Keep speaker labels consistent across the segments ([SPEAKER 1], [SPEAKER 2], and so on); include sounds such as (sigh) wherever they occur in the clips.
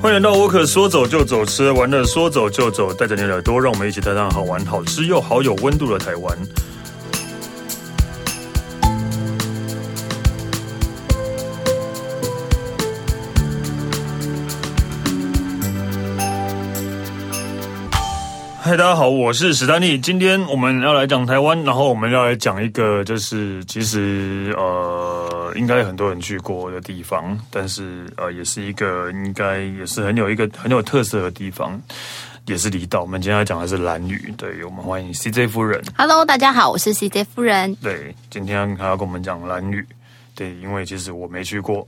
[SPEAKER 1] 欢迎来到沃克，说走就走，吃玩的说走就走，带着你的耳朵，让我们一起踏上好玩、好吃又好有温度的台湾。嗨，大家好，我是史丹利。今天我们要来讲台湾，然后我们要来讲一个，就是其实呃，应该很多人去过的地方，但是呃，也是一个应该也是很有一个很有特色的地方，也是离岛。我们今天要讲的是兰屿，对我们欢迎 CJ 夫人。
[SPEAKER 2] Hello，大家好，我是 CJ 夫 (laughs) 人。
[SPEAKER 1] 对，今天她要跟我们讲兰屿。对，因为其实我没去过，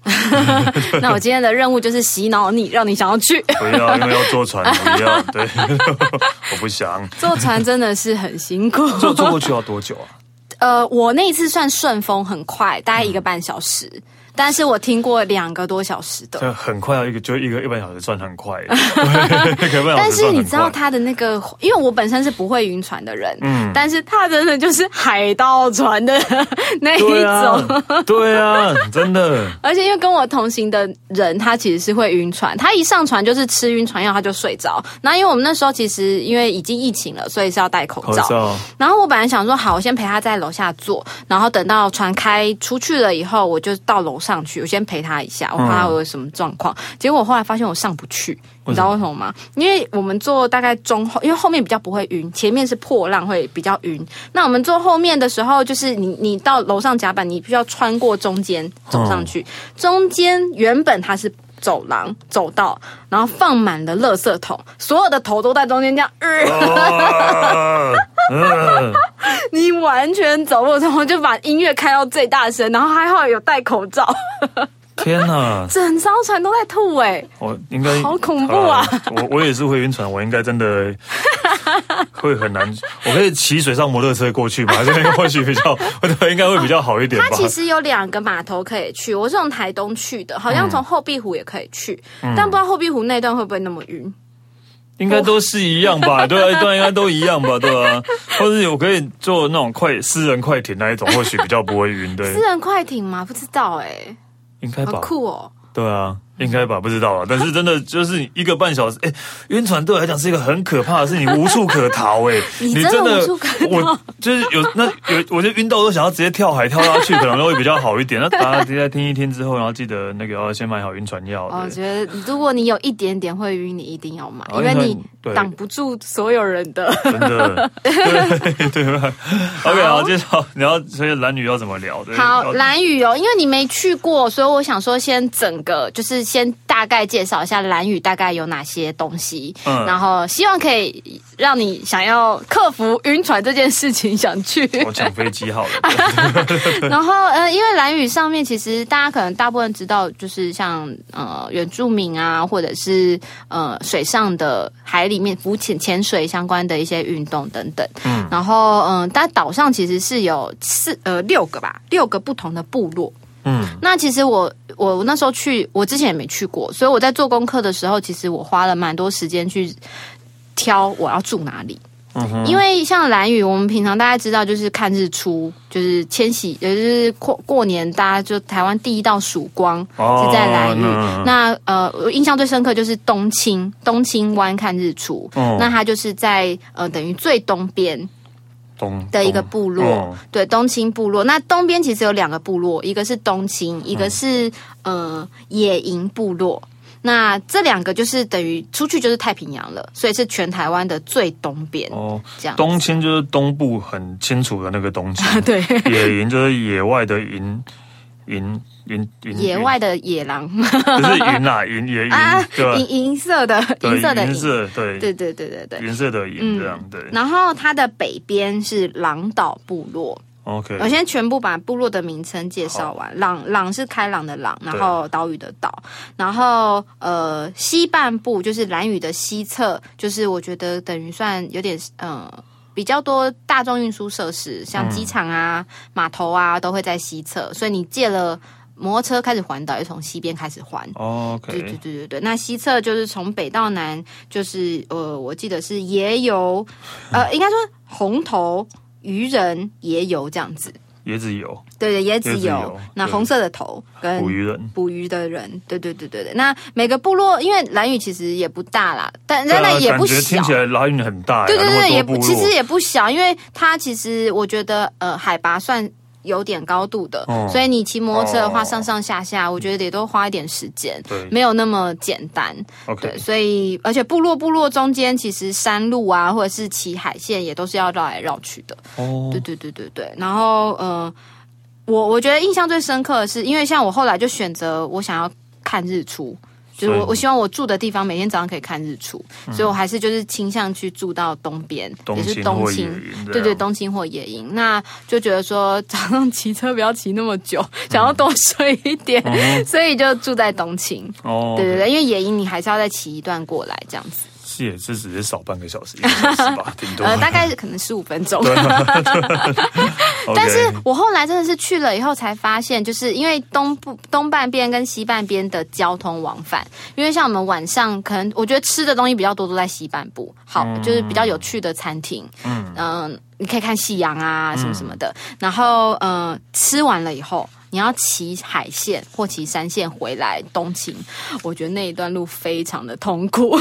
[SPEAKER 2] 那我今天的任务就是洗脑你，让你想要去
[SPEAKER 1] 不要，因为要坐船，不要，对， (laughs) 我不想。
[SPEAKER 2] (laughs) 坐船，真的是很辛苦。
[SPEAKER 1] 坐坐过去要多久啊？
[SPEAKER 2] (laughs) 呃，我那一次算顺风很快，大概一个半小时，但是我听过两个多小时的。
[SPEAKER 1] 就很快要一个，就一个一半小时算很 (laughs) 快，对一个半小时算很快。
[SPEAKER 2] 但是你知道他的那个，因为我本身是不会晕船的人，嗯，但是他真的就是海盗船的 (laughs) 那一
[SPEAKER 1] 对
[SPEAKER 2] 种。
[SPEAKER 1] 啊，对啊，真
[SPEAKER 2] (laughs)
[SPEAKER 1] 的，
[SPEAKER 2] 而且因为跟我同行的人，他其实是会晕船，他一上船就是吃晕船药，他就睡着。那因为我们那时候其实因为已经疫情了，所以是要戴口
[SPEAKER 1] 口
[SPEAKER 2] 罩。 (laughs)
[SPEAKER 1] 罩
[SPEAKER 2] 然后我本来想说，好，我先陪他在楼下坐，然后等到船开出去了以后，我就到楼上去，我先陪他一下，我怕他有什么状况。结果我后来发现我上不去，你知道为什么吗？因为我们坐大概中后，因为后面比较不会晕，前面是破浪会比较晕。那我们坐后面的时候，就是你你到楼上甲板，你必须要穿过中间走上去，中间原本它是。走廊走道，然后放满了垃圾桶，所有的头都在中间这样，呃、
[SPEAKER 1] 哦，嗯，
[SPEAKER 2] 你完全走路，然后就把音乐开到最大声，然后还好有戴口罩，
[SPEAKER 1] 天哪，
[SPEAKER 2] (laughs) 整艘船都在吐哎、
[SPEAKER 1] (laughs) 我应该
[SPEAKER 2] 好恐怖啊
[SPEAKER 1] 好啦我我也是会晕船，我应该真
[SPEAKER 2] (laughs)
[SPEAKER 1] 的会很难。我可以骑水上摩托车过去吧， (laughs) 这个或许比较，我觉得应该会比较好一点
[SPEAKER 2] 它
[SPEAKER 1] 吧。
[SPEAKER 2] 其实有两个码头可以去，我是从台东去的，好像从后壁湖也可以去，
[SPEAKER 1] 嗯
[SPEAKER 2] 但不知道后壁湖那段会不会那么晕。
[SPEAKER 1] 应该都是一样
[SPEAKER 2] (laughs)
[SPEAKER 1] 吧，对啊，对啊，应该都一样吧，对啊。或是我可以坐那种快私人快艇那一种，或许比较不会晕，对
[SPEAKER 2] 私，人快艇吗？不知道哎、
[SPEAKER 1] 应该
[SPEAKER 2] 好
[SPEAKER 1] 吧。
[SPEAKER 2] 酷哦！
[SPEAKER 1] 对啊，应该吧，不知道啊。但是真的就是一个半小时，哎，晕船对我来讲是一个很可怕的事情，你无处可逃哎、
[SPEAKER 2] (laughs) 你真的无处可逃
[SPEAKER 1] 我就是有那有，我就晕到都想要直接跳海跳下去，可能会比较好一点。那大家直接听一听之后，然后记得那个要先买好晕船药。
[SPEAKER 2] 哦我
[SPEAKER 1] 对
[SPEAKER 2] 觉得如果你有一点点会晕，你一定要买，
[SPEAKER 1] 哦
[SPEAKER 2] 因为
[SPEAKER 1] 晕
[SPEAKER 2] 你
[SPEAKER 1] 船对
[SPEAKER 2] 挡不住所有人的。 (laughs)
[SPEAKER 1] 真的，对对吧？OK，好，介绍你要所以男女要怎么聊？对
[SPEAKER 2] 好，
[SPEAKER 1] 要
[SPEAKER 2] 蓝屿哦，因为你没去过，所以我想说先整个就是先大概介绍一下蓝屿大概有哪些东西，
[SPEAKER 1] 嗯
[SPEAKER 2] 然后希望可以让你想要克服晕船这件
[SPEAKER 1] (laughs)
[SPEAKER 2] 事情想去。
[SPEAKER 1] 我抢飞机
[SPEAKER 2] (laughs)
[SPEAKER 1] 好了。
[SPEAKER 2] 然后呃，因为蓝屿上面其实大家可能大部分知道，就是像呃原住民啊，或者是呃水上的海里面浮潜、潜水相关的一些运动等等。嗯，然后嗯、呃，但岛上其实是有四呃六个吧，六个不同的部落。
[SPEAKER 1] 嗯，
[SPEAKER 2] 那其实我我那时候去，我之前也没去过，所以我在做功课的时候，其实我花了蛮多时间去挑我要住哪里。
[SPEAKER 1] 嗯哼
[SPEAKER 2] 因为像蓝屿，我们平常大家知道就是看日出，就是千禧，也就是过过年，大家就台湾第一道曙光、
[SPEAKER 1] 哦
[SPEAKER 2] 是在蓝屿。
[SPEAKER 1] 嗯
[SPEAKER 2] 那呃，我印象最深刻就是东青东青湾看日出，
[SPEAKER 1] 哦
[SPEAKER 2] 那它就是在呃等于最东边
[SPEAKER 1] 懂
[SPEAKER 2] 的一个部落，
[SPEAKER 1] 哦
[SPEAKER 2] 对东青部落。那东边其实有两个部落，一个是东青，一个
[SPEAKER 1] 嗯
[SPEAKER 2] 是、呃野营部落。那这两个就是等于出去就是太平洋了，所以是全台湾的最东边。
[SPEAKER 1] 哦，
[SPEAKER 2] 这样
[SPEAKER 1] 东青就是东部很清楚的那个
[SPEAKER 2] (laughs)
[SPEAKER 1] 东青， (laughs)
[SPEAKER 2] 对，
[SPEAKER 1] 野营就是野外的营，营营营，
[SPEAKER 2] 野外的野狼
[SPEAKER 1] 不是营啊，营野营
[SPEAKER 2] (laughs) 啊，
[SPEAKER 1] 对吧？
[SPEAKER 2] 银银色的
[SPEAKER 1] 对
[SPEAKER 2] 银色的
[SPEAKER 1] 银
[SPEAKER 2] 银，
[SPEAKER 1] 色对
[SPEAKER 2] 对嗯对对对对。
[SPEAKER 1] 银色的营这样对
[SPEAKER 2] 然后它的北边是狼岛部落，
[SPEAKER 1] ，OK，
[SPEAKER 2] 我先全部把部落的名称介绍完。狼狼是开朗的狼，然后岛屿的岛，然后呃西半部就是蓝屿的西侧，就是我觉得等于算有点呃比较多大众运输设施，像机场啊、码头啊都会在西侧，所以你借了摩托车开始环岛，就从西边开始环。对
[SPEAKER 1] OK，
[SPEAKER 2] 对对对对，那西侧就是从北到南，就是呃，我记得是野游，呃，应该说红头、渔人、野游这样子。
[SPEAKER 1] 椰子油、
[SPEAKER 2] 对对，椰
[SPEAKER 1] 椰
[SPEAKER 2] 子
[SPEAKER 1] 子
[SPEAKER 2] 油
[SPEAKER 1] 油，
[SPEAKER 2] 那
[SPEAKER 1] 对
[SPEAKER 2] 红色的头跟
[SPEAKER 1] 捕鱼人，
[SPEAKER 2] 捕鱼的人，对对对对对。那每个部落，因为蓝屿其实也不大啦，但但
[SPEAKER 1] 对
[SPEAKER 2] 那
[SPEAKER 1] 啊
[SPEAKER 2] 也不
[SPEAKER 1] 感觉
[SPEAKER 2] 小
[SPEAKER 1] 听。起来拉运很大呀，
[SPEAKER 2] 对对
[SPEAKER 1] 那么
[SPEAKER 2] 对，
[SPEAKER 1] 多
[SPEAKER 2] 也
[SPEAKER 1] 部
[SPEAKER 2] 不
[SPEAKER 1] 落
[SPEAKER 2] 其实也不小，因为它其实我觉得呃海拔算有点高度的，
[SPEAKER 1] 哦
[SPEAKER 2] 所以你骑摩托车的话
[SPEAKER 1] 哦
[SPEAKER 2] 上上下下，我觉得得多花一点时间，
[SPEAKER 1] 对
[SPEAKER 2] 没有那么简单。对，
[SPEAKER 1] ，OK，
[SPEAKER 2] 所以而且部落部落中间其实山路啊，或者是骑海线也都是要绕来绕去的。
[SPEAKER 1] 哦
[SPEAKER 2] 对，对对对对。然后呃，我我觉得印象最深刻的是，因为像我后来就选择我想要看日出。就是
[SPEAKER 1] 所以嗯
[SPEAKER 2] 我，我希望我住的地方每天早上可以看日出，所以我还是就是倾向去住到东边，
[SPEAKER 1] 东
[SPEAKER 2] 也是
[SPEAKER 1] 青
[SPEAKER 2] 东
[SPEAKER 1] 或野
[SPEAKER 2] 青，
[SPEAKER 1] 营，
[SPEAKER 2] 对对，，东青或野营，那就觉得说早上骑车不要骑那么久，想
[SPEAKER 1] 嗯
[SPEAKER 2] 要多 (laughs) 睡一点，所以就住在东青。
[SPEAKER 1] 哦，
[SPEAKER 2] 对对对，因为野营你还是要再骑一段过来这样子，
[SPEAKER 1] 是也是只是少半个小
[SPEAKER 2] (laughs)
[SPEAKER 1] 时，一个小时吧，顶多
[SPEAKER 2] 呃，，大概可能十五分钟。
[SPEAKER 1] OK
[SPEAKER 2] (laughs) 呃但是我后来真的是去了以后才发现，就是因为东部东半边跟西半边的交通往返，因为像我们晚上可能我觉得吃的东西比较多都在西半部，好、就是比较有趣的餐厅，嗯、你可以看夕阳啊什么什么的，然后嗯、呃吃完了以后。你要骑海线或骑山线回来东青，我觉得那一段路非常的痛苦。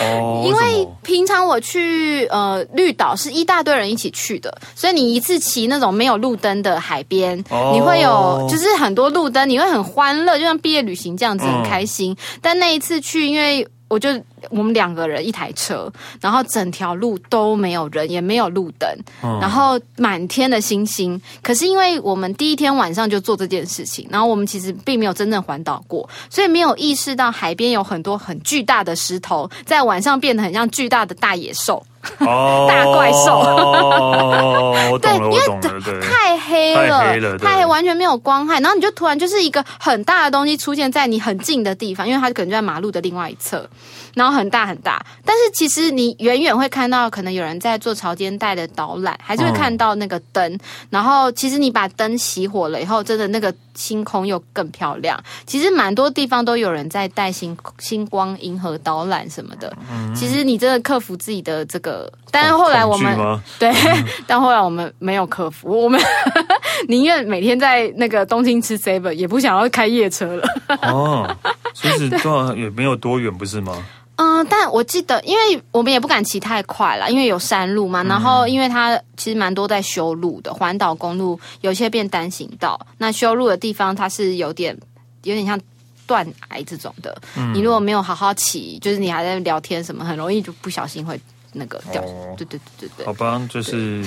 [SPEAKER 1] 哦，
[SPEAKER 2] 因
[SPEAKER 1] 什
[SPEAKER 2] 为
[SPEAKER 1] 么
[SPEAKER 2] 平常我去呃绿岛是一大堆人一起去的，所以你一次骑那种没有路灯的海边，
[SPEAKER 1] 哦
[SPEAKER 2] 你会有就是很多路灯，你会很欢乐，就像毕业旅行这样子
[SPEAKER 1] 嗯
[SPEAKER 2] 很开心。但那一次去，因为我就我们两个人一台车，然后整条路都没有人，也没有路灯，
[SPEAKER 1] 嗯
[SPEAKER 2] 然后满天的星星。可是因为我们第一天晚上就做这件事情，然后我们其实并没有真正环岛过，所以没有意识到海边有很多很巨大的石头，在晚上变得很像巨大的大野兽，
[SPEAKER 1] 哦，
[SPEAKER 2] (laughs) 大怪兽
[SPEAKER 1] 哦，我懂了，
[SPEAKER 2] 对
[SPEAKER 1] 我懂了，对，
[SPEAKER 2] 太黑了，
[SPEAKER 1] 太黑了对
[SPEAKER 2] 太黑完全没有光害。然后你就突然就是一个很大的东西出现在你很近的地方，因为它可能就在马路的另外一侧，然后很大很大。但是其实你远远会看到，可能有人在做潮间带的导览，还是会看到那个灯。
[SPEAKER 1] 嗯
[SPEAKER 2] 然后其实你把灯熄火了以后，真的那个星空又更漂亮。其实蛮多地方都有人在带星星光银河导览什么的。其实你真的克服自己的这个，但是后来我们
[SPEAKER 1] 嗯恐惧吗
[SPEAKER 2] 对， (laughs) 但后来我们没有克服，我们 (laughs) 宁愿每天在那个东京吃 seven，也不想要开夜车了。
[SPEAKER 1] 哦，
[SPEAKER 2] (laughs)
[SPEAKER 1] 其实对啊，也没有多远，不是吗？
[SPEAKER 2] 嗯，但我记得，因为我们也不敢骑太快啦，因为有山路嘛。然后，因为它其实蛮多在修路的，环岛公路有些变单行道，那修路的地方它是有点有点像断崖这种的。你如果没有好好骑，就是你还在聊天什么，很容易就不小心会那个掉。
[SPEAKER 1] 哦
[SPEAKER 2] 对对对对对
[SPEAKER 1] 好。吧，就是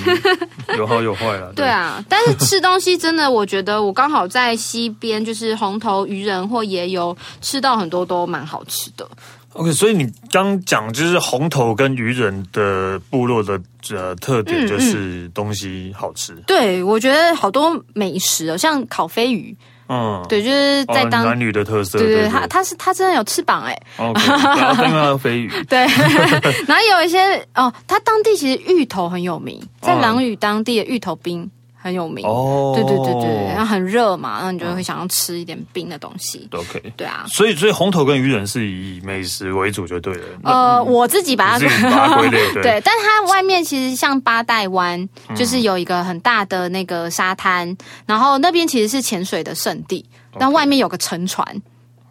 [SPEAKER 1] 有好有
[SPEAKER 2] (laughs)
[SPEAKER 1] 坏了。
[SPEAKER 2] 对，啊，但是吃东西真的，我觉得我刚好在西边，就是红头渔人或野游，吃到很多都蛮好吃的。
[SPEAKER 1] OK，所以你刚讲就是红头跟渔人的部落的呃特
[SPEAKER 2] 嗯
[SPEAKER 1] 点就是东西好吃，
[SPEAKER 2] 对，我觉得好多美食哦，像烤飞鱼，
[SPEAKER 1] 嗯，
[SPEAKER 2] 对，就是
[SPEAKER 1] 哦，
[SPEAKER 2] 在当。
[SPEAKER 1] 男女的特色，
[SPEAKER 2] 对
[SPEAKER 1] 对
[SPEAKER 2] 对，
[SPEAKER 1] 对，
[SPEAKER 2] 它它是它真的有翅膀哎， (laughs)
[SPEAKER 1] OK，然后另外飞鱼，
[SPEAKER 2] 对， (laughs) 然后有一些哦，它当地其实芋头很有名，在朗屿当地的芋头冰很有名，
[SPEAKER 1] 哦，
[SPEAKER 2] 对对对对，然后很热嘛，然后你就会想要吃一点冰的东西，
[SPEAKER 1] 对，OK。
[SPEAKER 2] 对啊，
[SPEAKER 1] 所以，所以红头跟渔人是以美食为主就对了。
[SPEAKER 2] 呃，我自己把它
[SPEAKER 1] 嗯自己把它归类
[SPEAKER 2] (laughs)
[SPEAKER 1] 对嗯
[SPEAKER 2] 但它外面其实像八代湾，就是有一个很大的那个沙滩，然后那边其实是潜水的圣地，但外面有个沉船，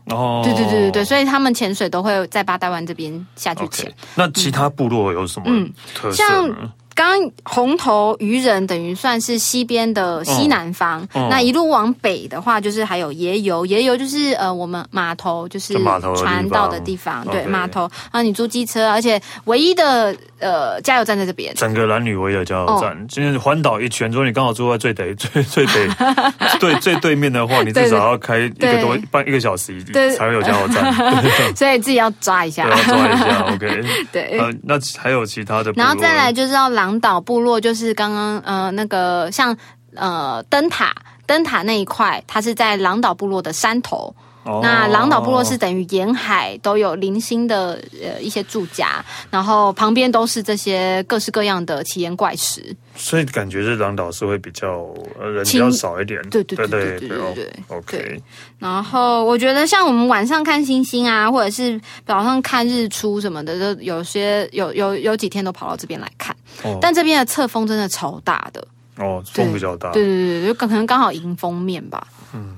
[SPEAKER 1] 哦，
[SPEAKER 2] 对对对对对，所以他们潜水都会在八代湾这边下去潜
[SPEAKER 1] OK，。那其他部落有什么
[SPEAKER 2] 嗯
[SPEAKER 1] 特色呢？
[SPEAKER 2] 刚刚红头渔人等于算是西边的西南方，
[SPEAKER 1] 嗯
[SPEAKER 2] 那一路往北的话，就是还有野游，野游就是呃我们码头，就是
[SPEAKER 1] 就码头的地方
[SPEAKER 2] 船到的地方，对
[SPEAKER 1] OK
[SPEAKER 2] 码头，然后你租机车，而且唯一的呃加油站在这边，
[SPEAKER 1] 整个蓝女唯一的加
[SPEAKER 2] 哦
[SPEAKER 1] 油站，就是环岛一圈。如果你刚好住在最北、最最北、
[SPEAKER 2] (laughs)
[SPEAKER 1] 对最对面的话，你至少要开一个多
[SPEAKER 2] 对
[SPEAKER 1] 半一个小时
[SPEAKER 2] 对
[SPEAKER 1] 才会有加油
[SPEAKER 2] (laughs)
[SPEAKER 1] 站，对
[SPEAKER 2] (laughs) 所以自己要抓一下
[SPEAKER 1] 对，。要抓一下。OK，
[SPEAKER 2] (laughs) 对
[SPEAKER 1] 呃，那还有其他的部落，
[SPEAKER 2] 然后再来就是要狼岛部落，就是刚刚呃那个像呃灯塔。灯塔那一块，它是在狼岛部落的山头。
[SPEAKER 1] 哦，
[SPEAKER 2] 那狼岛部落是等于沿海都有零星的呃一些住家，然后旁边都是这些各式各样的奇岩怪石。
[SPEAKER 1] 所以感觉这狼岛是会比较呃人比
[SPEAKER 2] 亲
[SPEAKER 1] 较少一点，
[SPEAKER 2] 对对
[SPEAKER 1] 对哦
[SPEAKER 2] 对对对对对对
[SPEAKER 1] OK，
[SPEAKER 2] 然后我觉得像我们晚上看星星啊，或者是早上看日出什么的，都有些有有有几天都跑到这边来看。
[SPEAKER 1] 哦
[SPEAKER 2] 但这边的侧风真的超大的，
[SPEAKER 1] 哦，风比较大。
[SPEAKER 2] 对对对，就可能刚好迎风面吧。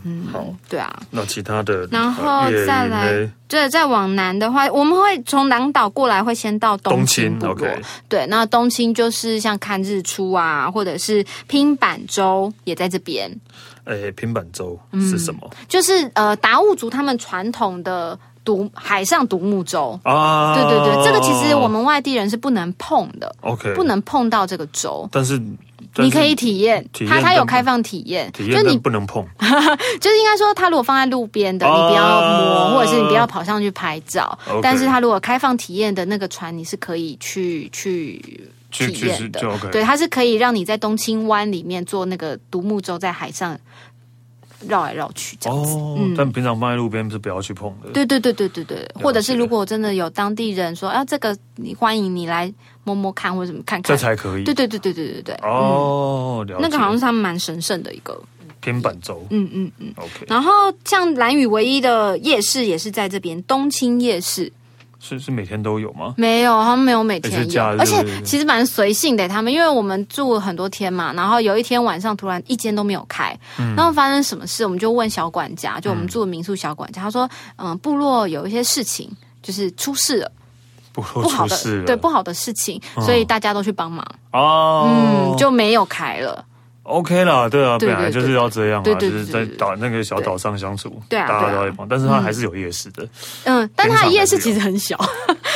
[SPEAKER 1] 嗯，好。
[SPEAKER 2] 对啊，
[SPEAKER 1] 那其他的，
[SPEAKER 2] 然后
[SPEAKER 1] 呃
[SPEAKER 2] 再来
[SPEAKER 1] 越南
[SPEAKER 2] 对，再往南的话，我们会从南岛过来，会先到
[SPEAKER 1] 东
[SPEAKER 2] 东青部落。
[SPEAKER 1] ，OK，
[SPEAKER 2] 对，那东青就是像看日出啊，或者是拼板舟也在这边，
[SPEAKER 1] 哎，平板舟
[SPEAKER 2] 嗯
[SPEAKER 1] 是什么
[SPEAKER 2] 就是呃达悟族他们传统的独海上独木舟。
[SPEAKER 1] 啊？
[SPEAKER 2] 对对对，这个其实我们外地人是不能碰的，
[SPEAKER 1] OK
[SPEAKER 2] 不，能碰到这个舟。
[SPEAKER 1] 但是
[SPEAKER 2] 你可以。体验
[SPEAKER 1] 体，验
[SPEAKER 2] 它它
[SPEAKER 1] 跟
[SPEAKER 2] 有开放体验，
[SPEAKER 1] 体
[SPEAKER 2] 就
[SPEAKER 1] 验
[SPEAKER 2] 你
[SPEAKER 1] 但不能碰，
[SPEAKER 2] 就是应该说，它如果放在路边的，
[SPEAKER 1] 哦
[SPEAKER 2] 你不要摸，或者是你不要跑上去拍照。
[SPEAKER 1] OK
[SPEAKER 2] 但是它如果开放体验的那个船，你是可以去去
[SPEAKER 1] 去
[SPEAKER 2] 体
[SPEAKER 1] 去
[SPEAKER 2] 验的
[SPEAKER 1] 就 OK。哦
[SPEAKER 2] 对，它是可以让你在东青湾里面做那个独木舟，在海上绕来绕去这样子。嗯
[SPEAKER 1] 哦，但平常放在路边是不要去碰的。
[SPEAKER 2] 对对对对对对，或者是如果真的有当地人说啊，这个你欢迎你来摸摸看或者什么看
[SPEAKER 1] 这
[SPEAKER 2] 看，
[SPEAKER 1] 才可以。
[SPEAKER 2] 对对对对对对对，嗯
[SPEAKER 1] 哦，了解。
[SPEAKER 2] 那个好像是他们蛮神圣的一个，
[SPEAKER 1] 平板舟。
[SPEAKER 2] 嗯嗯嗯。
[SPEAKER 1] OK，
[SPEAKER 2] 然后像蓝屿唯一的夜市也是在这边，东青夜市
[SPEAKER 1] 是是每天都有吗？
[SPEAKER 2] 没有，他们没有每
[SPEAKER 1] 也
[SPEAKER 2] 天
[SPEAKER 1] 哎是
[SPEAKER 2] 有，
[SPEAKER 1] 假日
[SPEAKER 2] 而且其实蛮随性的。他们因为我们住了很多天嘛，然后有一天晚上突然一间都没有开，
[SPEAKER 1] 嗯
[SPEAKER 2] 然后发生什么事，我们就问小管家，就我们住的民宿小管家，他说，嗯，部落有一些事情就是出事了，
[SPEAKER 1] 不
[SPEAKER 2] 不好
[SPEAKER 1] 哦出
[SPEAKER 2] 的
[SPEAKER 1] 事了，
[SPEAKER 2] 对不好的事情，所以大家都去帮忙，
[SPEAKER 1] 哦，
[SPEAKER 2] 嗯，就没有开了。
[SPEAKER 1] OK 啦，对啊，
[SPEAKER 2] 对
[SPEAKER 1] 本
[SPEAKER 2] 对
[SPEAKER 1] 来就是要这样啊，
[SPEAKER 2] 对
[SPEAKER 1] 就
[SPEAKER 2] 对
[SPEAKER 1] 是
[SPEAKER 2] 对
[SPEAKER 1] 在
[SPEAKER 2] 对对
[SPEAKER 1] 岛那个小岛上相处，
[SPEAKER 2] 对啊
[SPEAKER 1] 大家
[SPEAKER 2] 对啊
[SPEAKER 1] 都在帮，但是它还是有夜市的，
[SPEAKER 2] 嗯，但它
[SPEAKER 1] 平常
[SPEAKER 2] 的夜市
[SPEAKER 1] 还是
[SPEAKER 2] 其
[SPEAKER 1] 有
[SPEAKER 2] 实很小，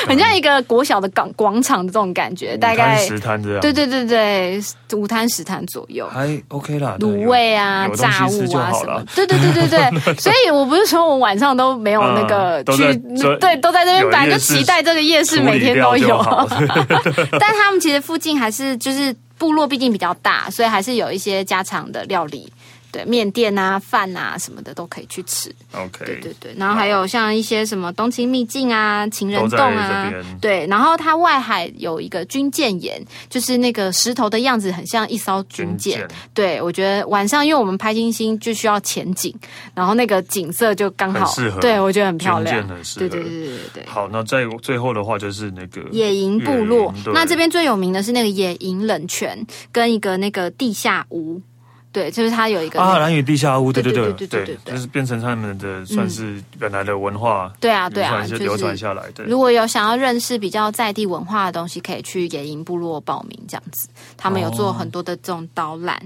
[SPEAKER 2] 很像一个国小的广广场的这种感觉，大
[SPEAKER 1] 五摊
[SPEAKER 2] 概
[SPEAKER 1] 十摊这样，
[SPEAKER 2] 对，对对对，五摊十摊左右。
[SPEAKER 1] 还 OK 啦，对
[SPEAKER 2] 卤味啊
[SPEAKER 1] 有，有东
[SPEAKER 2] 炸
[SPEAKER 1] 西吃
[SPEAKER 2] 物
[SPEAKER 1] 就
[SPEAKER 2] 啊，
[SPEAKER 1] 好
[SPEAKER 2] 什么
[SPEAKER 1] 了？。
[SPEAKER 2] 对对对对
[SPEAKER 1] (laughs)
[SPEAKER 2] 对，所以我不是说我晚上都没有那个
[SPEAKER 1] 嗯都
[SPEAKER 2] 去
[SPEAKER 1] 在这，
[SPEAKER 2] 对，都在这边
[SPEAKER 1] 有
[SPEAKER 2] 摆，本来
[SPEAKER 1] 夜
[SPEAKER 2] 就
[SPEAKER 1] 市
[SPEAKER 2] 期待这个夜市每天
[SPEAKER 1] 处
[SPEAKER 2] 都
[SPEAKER 1] 理掉就
[SPEAKER 2] 有。 (laughs)
[SPEAKER 1] 好
[SPEAKER 2] 但他们其实附近还是就是部落，毕竟比较大，所以还是有一些家常的料理，对，面店啊、饭啊什么的都可以去吃。对
[SPEAKER 1] OK，
[SPEAKER 2] 对对，然后还有像一些什么东青秘境啊、情人洞
[SPEAKER 1] 都在
[SPEAKER 2] 啊
[SPEAKER 1] 这边，
[SPEAKER 2] 对，然后它外海有一个军舰岩，就是那个石头的样子很像一艘军舰。
[SPEAKER 1] 军舰
[SPEAKER 2] 对，我觉得晚上因为我们拍星星就需要前景，然后那个景色就刚好
[SPEAKER 1] 很适合
[SPEAKER 2] 对我觉得很漂
[SPEAKER 1] 军
[SPEAKER 2] 亮
[SPEAKER 1] 舰。很适
[SPEAKER 2] 对
[SPEAKER 1] 合。
[SPEAKER 2] 对对对对对。
[SPEAKER 1] 好，那再最后的话就是那个
[SPEAKER 2] 野营部落
[SPEAKER 1] 野营对，
[SPEAKER 2] 那这边最有名的是那个野营冷泉跟一个那个地下屋，对，就是它有一个那个、
[SPEAKER 1] 啊，蓝雨地下屋，对
[SPEAKER 2] 对
[SPEAKER 1] 对
[SPEAKER 2] 对
[SPEAKER 1] 对
[SPEAKER 2] 对对对对嗯
[SPEAKER 1] 就是变成他们的算是本来的文化，
[SPEAKER 2] 对啊对
[SPEAKER 1] 流
[SPEAKER 2] 啊，
[SPEAKER 1] 传
[SPEAKER 2] 就
[SPEAKER 1] 下
[SPEAKER 2] 是
[SPEAKER 1] 流传下来的。
[SPEAKER 2] 如果有想要认识比较在地文化的东西，可以去野营部落报名这样子。他们有做很多的这种导览，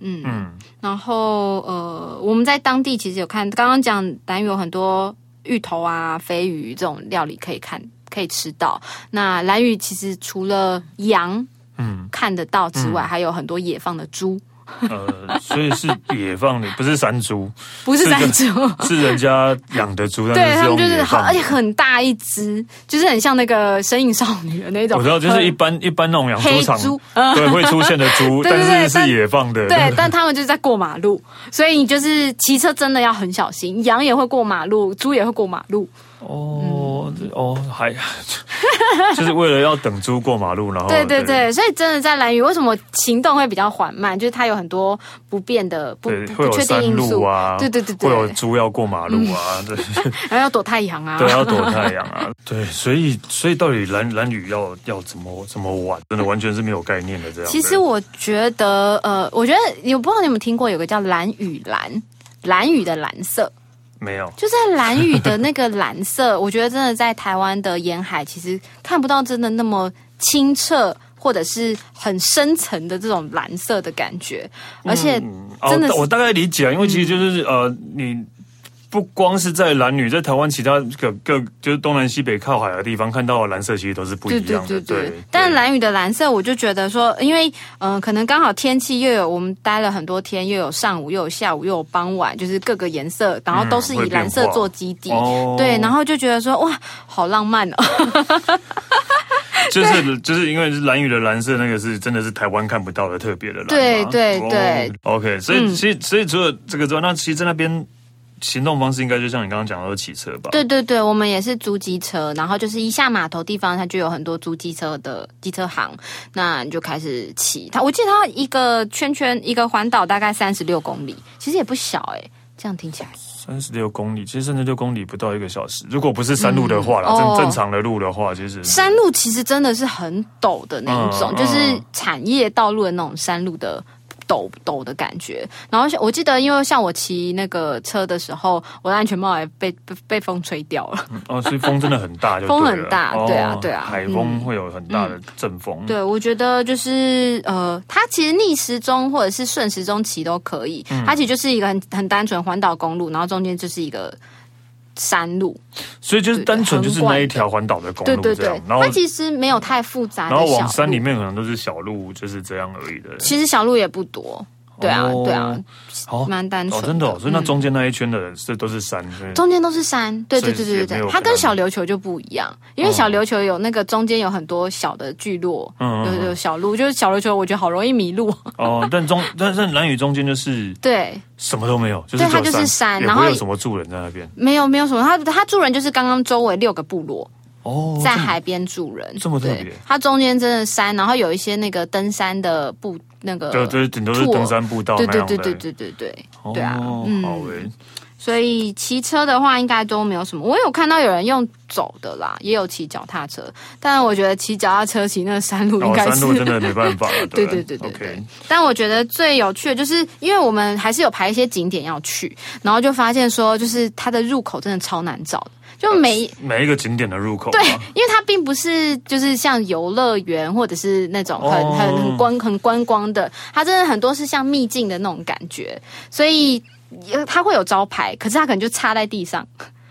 [SPEAKER 2] 嗯，
[SPEAKER 1] 嗯，
[SPEAKER 2] 然后呃，我们在当地其实有看，刚刚讲南屿有很多芋头啊、飞鱼这种料理可以看。可以吃到。那蓝屿其实除了羊，
[SPEAKER 1] 嗯
[SPEAKER 2] 嗯，看得到之外，还有很多野放的
[SPEAKER 1] (laughs)
[SPEAKER 2] 猪，
[SPEAKER 1] 呃，所以是野放的，不是山猪，
[SPEAKER 2] 不是
[SPEAKER 1] 是
[SPEAKER 2] 山
[SPEAKER 1] 的
[SPEAKER 2] 猪，
[SPEAKER 1] 是人家养的猪，
[SPEAKER 2] 对
[SPEAKER 1] 但是
[SPEAKER 2] 他
[SPEAKER 1] 是
[SPEAKER 2] 们
[SPEAKER 1] 用
[SPEAKER 2] 就是
[SPEAKER 1] 野
[SPEAKER 2] 好，
[SPEAKER 1] 放
[SPEAKER 2] 而且
[SPEAKER 1] 的。
[SPEAKER 2] 很大一只，就是很像那个《神隐少女》的那种。
[SPEAKER 1] 我知道，就是
[SPEAKER 2] 很
[SPEAKER 1] 一般一般那种养猪
[SPEAKER 2] 黑
[SPEAKER 1] 场
[SPEAKER 2] 猪
[SPEAKER 1] (laughs) 对会出现的猪，
[SPEAKER 2] (laughs) 对对对
[SPEAKER 1] 但是
[SPEAKER 2] 但
[SPEAKER 1] 是野放 (laughs) 的，
[SPEAKER 2] 对，但他们就是在过马路，所以你就是骑车真的要很小心。羊也会过马路，猪也会过马路。
[SPEAKER 1] 哦哦，还 (laughs) 就是为了要等猪过马路，然后
[SPEAKER 2] 对对对，所以真的在蓝屿，为什么行动会比较缓慢？就是它有很多不变的、不
[SPEAKER 1] 对，会
[SPEAKER 2] 不不
[SPEAKER 1] 有
[SPEAKER 2] 确定
[SPEAKER 1] 山
[SPEAKER 2] 因
[SPEAKER 1] 路
[SPEAKER 2] 素。
[SPEAKER 1] 啊，
[SPEAKER 2] 对对对嗯
[SPEAKER 1] 会有
[SPEAKER 2] 对，
[SPEAKER 1] 猪要过马路啊，对
[SPEAKER 2] 然后要躲太阳
[SPEAKER 1] (laughs)
[SPEAKER 2] 啊。
[SPEAKER 1] 对，要躲太阳啊，对，所以所以到底蓝蓝雨要要怎么怎么玩，真的完全是没有概念的这样。
[SPEAKER 2] 其实我觉得，呃，我觉得我不知道你有没有听过有个叫蓝雨蓝。蓝雨的蓝色，
[SPEAKER 1] 没有，
[SPEAKER 2] 就在蓝雨的那个蓝色， (laughs) 我觉得真的在台湾的沿海其实看不到真的那么清澈或者是很深层的这种蓝色的感觉，而且、
[SPEAKER 1] 哦
[SPEAKER 2] 真的，是嗯
[SPEAKER 1] 我大概理解啊，因为其实就是、呃，你不光是在蓝屿，在台湾其他各各就是东南西北靠海的地方看到的蓝色，其实都是不一样的。
[SPEAKER 2] 但蓝雨的蓝色，我就觉得说，因为嗯、呃可能刚好天气又有我们待了很多天，又有上午，又有下午，又有傍晚，就是各个颜色，然后都是
[SPEAKER 1] 嗯会
[SPEAKER 2] 以
[SPEAKER 1] 变
[SPEAKER 2] 蓝色
[SPEAKER 1] 化
[SPEAKER 2] 做基底。
[SPEAKER 1] 哦
[SPEAKER 2] 对，然后就觉得说哇，好浪漫哦！
[SPEAKER 1] 就是就是因为是蓝雨的蓝色那个是真的是台湾看不到的特别的蓝嘛。
[SPEAKER 2] 对对
[SPEAKER 1] 哦
[SPEAKER 2] 对
[SPEAKER 1] OK，所以
[SPEAKER 2] 嗯
[SPEAKER 1] 其实所以除了这个之外，那其实在那边行动方式应该就像你刚刚讲到的骑车吧？
[SPEAKER 2] 对对对，我们也是租机车，然后就是一下码头地方，它就有很多租机车的机车行，那你就开始骑它。我记得它一个圈圈一个环岛大概三十六公里，其实也不小哎、这样听起来。
[SPEAKER 1] 三十六公里，其实三十六公里不到一个小时，如果不是山路的话啦，
[SPEAKER 2] 嗯
[SPEAKER 1] 正
[SPEAKER 2] 哦
[SPEAKER 1] 正常的路的话，其实
[SPEAKER 2] 山路其实真的是很陡的那一种，
[SPEAKER 1] 嗯
[SPEAKER 2] 就是
[SPEAKER 1] 嗯
[SPEAKER 2] 产业道路的那种山路的抖抖的感觉。然后像我记得，因为像我骑那个车的时候，我的安全帽也被被被风吹掉了。
[SPEAKER 1] 哦，所以风真的很大就对了，
[SPEAKER 2] 风很大对啊
[SPEAKER 1] 哦
[SPEAKER 2] 对啊
[SPEAKER 1] 海风会有很大的阵风，
[SPEAKER 2] 对，我觉得就是呃，它其实逆时钟或者是顺时钟骑都可以，
[SPEAKER 1] 嗯
[SPEAKER 2] 它其实就是一个很很单纯环岛公路，然后中间就是一个山路，
[SPEAKER 1] 所以就是单纯就是那一条环岛的公
[SPEAKER 2] 对
[SPEAKER 1] 路
[SPEAKER 2] 对
[SPEAKER 1] 这样
[SPEAKER 2] 对，，
[SPEAKER 1] 然后
[SPEAKER 2] 它其实没有太复杂的
[SPEAKER 1] 然后
[SPEAKER 2] 小
[SPEAKER 1] 往
[SPEAKER 2] 路
[SPEAKER 1] 山里面可能都是小路，就是这样而已的。
[SPEAKER 2] 其实小路也不多，对啊、
[SPEAKER 1] 哦
[SPEAKER 2] 对啊，
[SPEAKER 1] 好
[SPEAKER 2] 蛮单纯
[SPEAKER 1] 哦，真的哦，所以那
[SPEAKER 2] 嗯
[SPEAKER 1] 中间那一圈的这都是山，所以
[SPEAKER 2] 中间都是山，对对
[SPEAKER 1] 所
[SPEAKER 2] 对
[SPEAKER 1] 以
[SPEAKER 2] 对
[SPEAKER 1] 也
[SPEAKER 2] 对
[SPEAKER 1] 没有可
[SPEAKER 2] 对，它跟
[SPEAKER 1] 能
[SPEAKER 2] 小琉球就不一样，因为
[SPEAKER 1] 哦
[SPEAKER 2] 小琉球有那个中间有很多小的聚落，
[SPEAKER 1] 嗯嗯
[SPEAKER 2] 有有
[SPEAKER 1] 嗯
[SPEAKER 2] 小路，就是小琉球我觉得好容易迷路， (laughs)
[SPEAKER 1] 哦，但中但是南屿中间就是
[SPEAKER 2] 对，
[SPEAKER 1] 什么都没有，就是
[SPEAKER 2] 对
[SPEAKER 1] 只有
[SPEAKER 2] 它就是山
[SPEAKER 1] 也
[SPEAKER 2] 然
[SPEAKER 1] 不
[SPEAKER 2] 后
[SPEAKER 1] 会有什么住人在那边。
[SPEAKER 2] 没有没有什么，他他住人就是刚刚周围六个部落，
[SPEAKER 1] 哦，
[SPEAKER 2] 在
[SPEAKER 1] 这么
[SPEAKER 2] 海边住人，
[SPEAKER 1] 这么特别
[SPEAKER 2] 对它中间真的山，然后有一些那个登山的步那个，
[SPEAKER 1] 就就是顶多是
[SPEAKER 2] 拓
[SPEAKER 1] 登山步道
[SPEAKER 2] 对
[SPEAKER 1] 那
[SPEAKER 2] 对
[SPEAKER 1] 样的。
[SPEAKER 2] 对对对对对，
[SPEAKER 1] 哦
[SPEAKER 2] 对啊嗯
[SPEAKER 1] 好诶，
[SPEAKER 2] 所以骑车的话应该都没有什么。我有看到有人用走的啦，也有骑脚踏车，但我觉得骑脚踏车骑那个山路应
[SPEAKER 1] 哦，
[SPEAKER 2] 该
[SPEAKER 1] 山
[SPEAKER 2] 是、 (laughs)
[SPEAKER 1] 路真的没办法。
[SPEAKER 2] 对
[SPEAKER 1] 对
[SPEAKER 2] 对对对对
[SPEAKER 1] OK，。
[SPEAKER 2] 但我觉得最有趣的就是，因为我们还是有排一些景点要去，然后就发现说，就是它的入口真的超难找的，就每。
[SPEAKER 1] 每一个景点的入口吧。
[SPEAKER 2] 对，因为它并不是就是像游乐园或者是那种很、
[SPEAKER 1] 哦
[SPEAKER 2] 很很观很观光的，它真的很多是像秘境的那种感觉，所以呃它会有招牌，可是它可能就插在地上，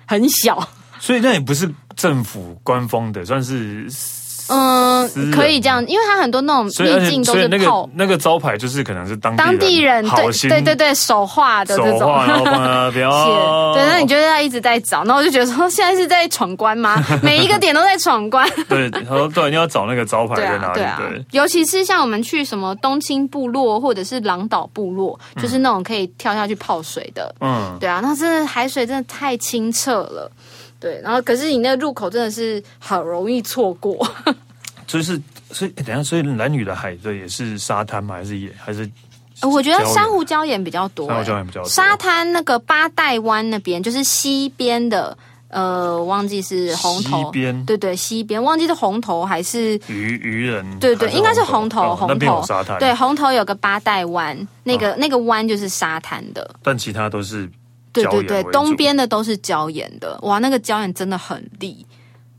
[SPEAKER 2] 很小。
[SPEAKER 1] 所以那也不是政府官方的，算是
[SPEAKER 2] 嗯
[SPEAKER 1] 私人，
[SPEAKER 2] 可以这样，因为它很多那种
[SPEAKER 1] 所以而
[SPEAKER 2] 秘
[SPEAKER 1] 且
[SPEAKER 2] 境都
[SPEAKER 1] 所以
[SPEAKER 2] 是
[SPEAKER 1] 那
[SPEAKER 2] 靠
[SPEAKER 1] 个那个招牌就是可能是当
[SPEAKER 2] 当地人
[SPEAKER 1] 好
[SPEAKER 2] 对
[SPEAKER 1] 心
[SPEAKER 2] 对对对手画的这
[SPEAKER 1] 手
[SPEAKER 2] 种
[SPEAKER 1] 画，。然后放在那边。
[SPEAKER 2] (laughs) 是
[SPEAKER 1] 哦
[SPEAKER 2] 对，那你就要一直在找，然后我就觉得说，现在是在闯
[SPEAKER 1] (laughs)
[SPEAKER 2] 关吗？每一个点都在闯关，
[SPEAKER 1] 对，他说对，你要找那个招牌
[SPEAKER 2] 对
[SPEAKER 1] 在
[SPEAKER 2] 啊
[SPEAKER 1] 哪，里？
[SPEAKER 2] 对啊，尤其是像我们去什么东青部落或者是狼岛部落，就是那种可以跳下去泡水的，
[SPEAKER 1] 嗯，
[SPEAKER 2] 对啊，那真的海水真的太清澈了。对，然后可是你那个入口真的是很容易错过，
[SPEAKER 1] 就是所以诶等一下，所以男女的海的也是沙滩吗？还是也还是
[SPEAKER 2] 呃我觉得
[SPEAKER 1] 礁岩
[SPEAKER 2] 珊瑚礁岩比较多、
[SPEAKER 1] 珊瑚礁
[SPEAKER 2] 欸
[SPEAKER 1] 岩比较多
[SPEAKER 2] 沙滩那个八代湾那边就是西边的，呃，忘记是红头，
[SPEAKER 1] 西边
[SPEAKER 2] 对对，西边忘记是红头还是
[SPEAKER 1] 渔渔人？
[SPEAKER 2] 对对，
[SPEAKER 1] 还
[SPEAKER 2] 应该是红
[SPEAKER 1] 哦
[SPEAKER 2] 头，红头
[SPEAKER 1] 那边有沙滩，啊
[SPEAKER 2] 对，，红头有个八代湾，那个、那个湾就是沙滩的。
[SPEAKER 1] 但其他都是
[SPEAKER 2] 对
[SPEAKER 1] 礁
[SPEAKER 2] 对
[SPEAKER 1] 岩
[SPEAKER 2] 对
[SPEAKER 1] 为，
[SPEAKER 2] 东
[SPEAKER 1] 主
[SPEAKER 2] 边的都是礁岩的，哇，那个礁岩真的很利。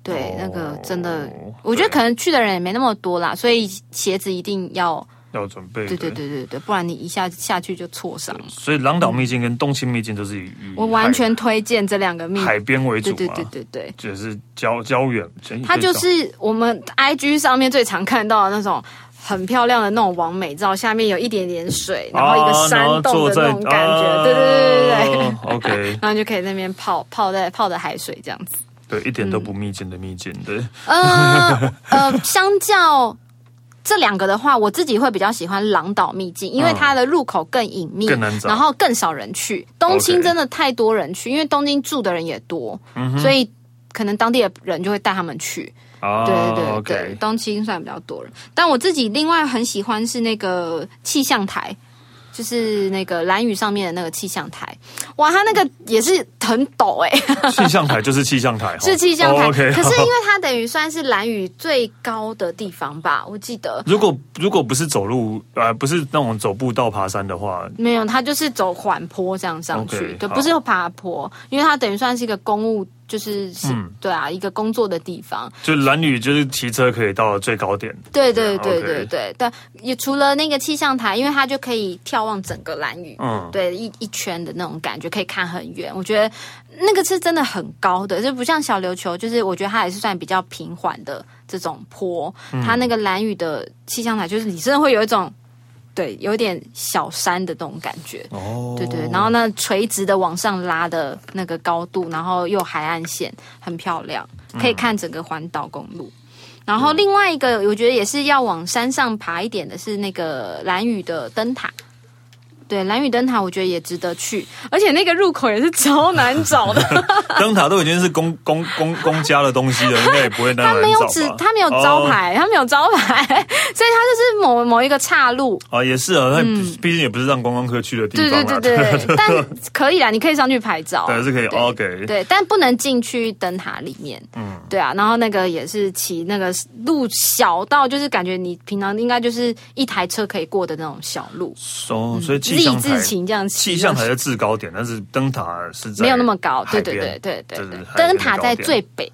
[SPEAKER 2] 对
[SPEAKER 1] 哦，
[SPEAKER 2] 那个真的
[SPEAKER 1] 对，
[SPEAKER 2] 我觉得可能去的人也没那么多啦，所以鞋子一定要，
[SPEAKER 1] 要准备
[SPEAKER 2] 对对。对对对，不然你一下下去就挫伤。
[SPEAKER 1] 所以狼岛秘境跟东青秘境都是以以
[SPEAKER 2] 我完全推荐这两个秘
[SPEAKER 1] 海，啊海边为主
[SPEAKER 2] 对
[SPEAKER 1] 嘛，
[SPEAKER 2] 嗯对对对对，
[SPEAKER 1] 就是礁礁原，
[SPEAKER 2] 它就是我们 IG 上面最常看到的那种很漂亮的那种完美照，下面有一点点水，然后一个山洞的
[SPEAKER 1] 啊
[SPEAKER 2] 那种感觉，对对对对对
[SPEAKER 1] 对
[SPEAKER 2] 对，
[SPEAKER 1] 对。OK，哦
[SPEAKER 2] 然后就可以在那边泡泡在泡着海水这样子。
[SPEAKER 1] 对，一点
[SPEAKER 2] 嗯
[SPEAKER 1] 都不密件的密件，对，
[SPEAKER 2] 呃呃，相较这两个的话，我自己会比较喜欢狼岛秘境，因为它的入口更隐秘，
[SPEAKER 1] 更难找
[SPEAKER 2] 然后更少人去。东
[SPEAKER 1] OK
[SPEAKER 2] 京真的太多人去，因为东京住的人也多，所以。可能当地的人就会带他们去，
[SPEAKER 1] 啊
[SPEAKER 2] 对对对、
[SPEAKER 1] o
[SPEAKER 2] 对，
[SPEAKER 1] k
[SPEAKER 2] 东京算比较多人。但我自己另外很喜欢是那个气象台，就是那个蓝雨上面的那个气象台，哇，它那个也是很陡哎、
[SPEAKER 1] 气象台就是气象
[SPEAKER 2] (laughs)
[SPEAKER 1] 台，哦
[SPEAKER 2] 是气象台。
[SPEAKER 1] o k
[SPEAKER 2] 可是因为它等于算是蓝屿最高的地方吧，我记得
[SPEAKER 1] 如果如果不是走路，呃，不是那种走步道爬山的话，
[SPEAKER 2] 没有，它就是走缓坡这样上去
[SPEAKER 1] OK，
[SPEAKER 2] 对，
[SPEAKER 1] 好
[SPEAKER 2] 不是爬坡，因为它等于算是一个公务，就是是、
[SPEAKER 1] 嗯
[SPEAKER 2] 对啊，一个工作的地方。
[SPEAKER 1] 就蓝屿就是骑车可以到最高点，
[SPEAKER 2] 对对对
[SPEAKER 1] OK
[SPEAKER 2] 对对，但也除了那个气象台，因为它就可以眺望整个蓝屿。
[SPEAKER 1] 嗯，
[SPEAKER 2] 对一一圈的那种感觉，可以看很远。我觉得那个是真的很高的，就不像小琉球，就是我觉得它也是算比较平缓的这种坡。它那个蓝雨的气象台，就是你真的会有一种对有点小山的那种感觉。
[SPEAKER 1] 哦，
[SPEAKER 2] 对对，然后呢，垂直的往上拉的那个高度，然后又海岸线，很漂亮，可
[SPEAKER 1] 嗯
[SPEAKER 2] 以看整个环岛公路。然后另外一个，我觉得也是要往山上爬一点的是那个蓝屿的灯塔，对，蓝屿灯塔我觉得也值得去，而且那个入口也是超难
[SPEAKER 1] (laughs)
[SPEAKER 2] 找的。
[SPEAKER 1] 灯塔都已经是公公公公家的东西了，应该也不会那
[SPEAKER 2] 它
[SPEAKER 1] 么难
[SPEAKER 2] 没有
[SPEAKER 1] 找
[SPEAKER 2] 指
[SPEAKER 1] 吧，哦
[SPEAKER 2] 它没有招牌，它没有招牌，所以它就是某某一个岔路。
[SPEAKER 1] 哦啊，也是啊，它毕竟也不是让观光客去的地
[SPEAKER 2] 嗯对
[SPEAKER 1] 方
[SPEAKER 2] 对
[SPEAKER 1] 啊，
[SPEAKER 2] 对对，但可以啦，你可以上去拍照。
[SPEAKER 1] (laughs)
[SPEAKER 2] 啊
[SPEAKER 1] 对，还是可以。OK， (laughs)
[SPEAKER 2] 对，但不能进去灯塔里面。嗯，对啊，然后那个也是骑那个路小到，就是感觉你平常应该就是一台车可以过的那种小路，
[SPEAKER 1] 哦，所以气
[SPEAKER 2] 立
[SPEAKER 1] 象台
[SPEAKER 2] 嗯志勤这样骑。
[SPEAKER 1] 气象台的制高点，但是灯塔是在
[SPEAKER 2] 没有那么高，对对
[SPEAKER 1] 海
[SPEAKER 2] 对
[SPEAKER 1] 边
[SPEAKER 2] 对对
[SPEAKER 1] 就是
[SPEAKER 2] 对，
[SPEAKER 1] 海边的
[SPEAKER 2] 灯塔在
[SPEAKER 1] 高点
[SPEAKER 2] 最北。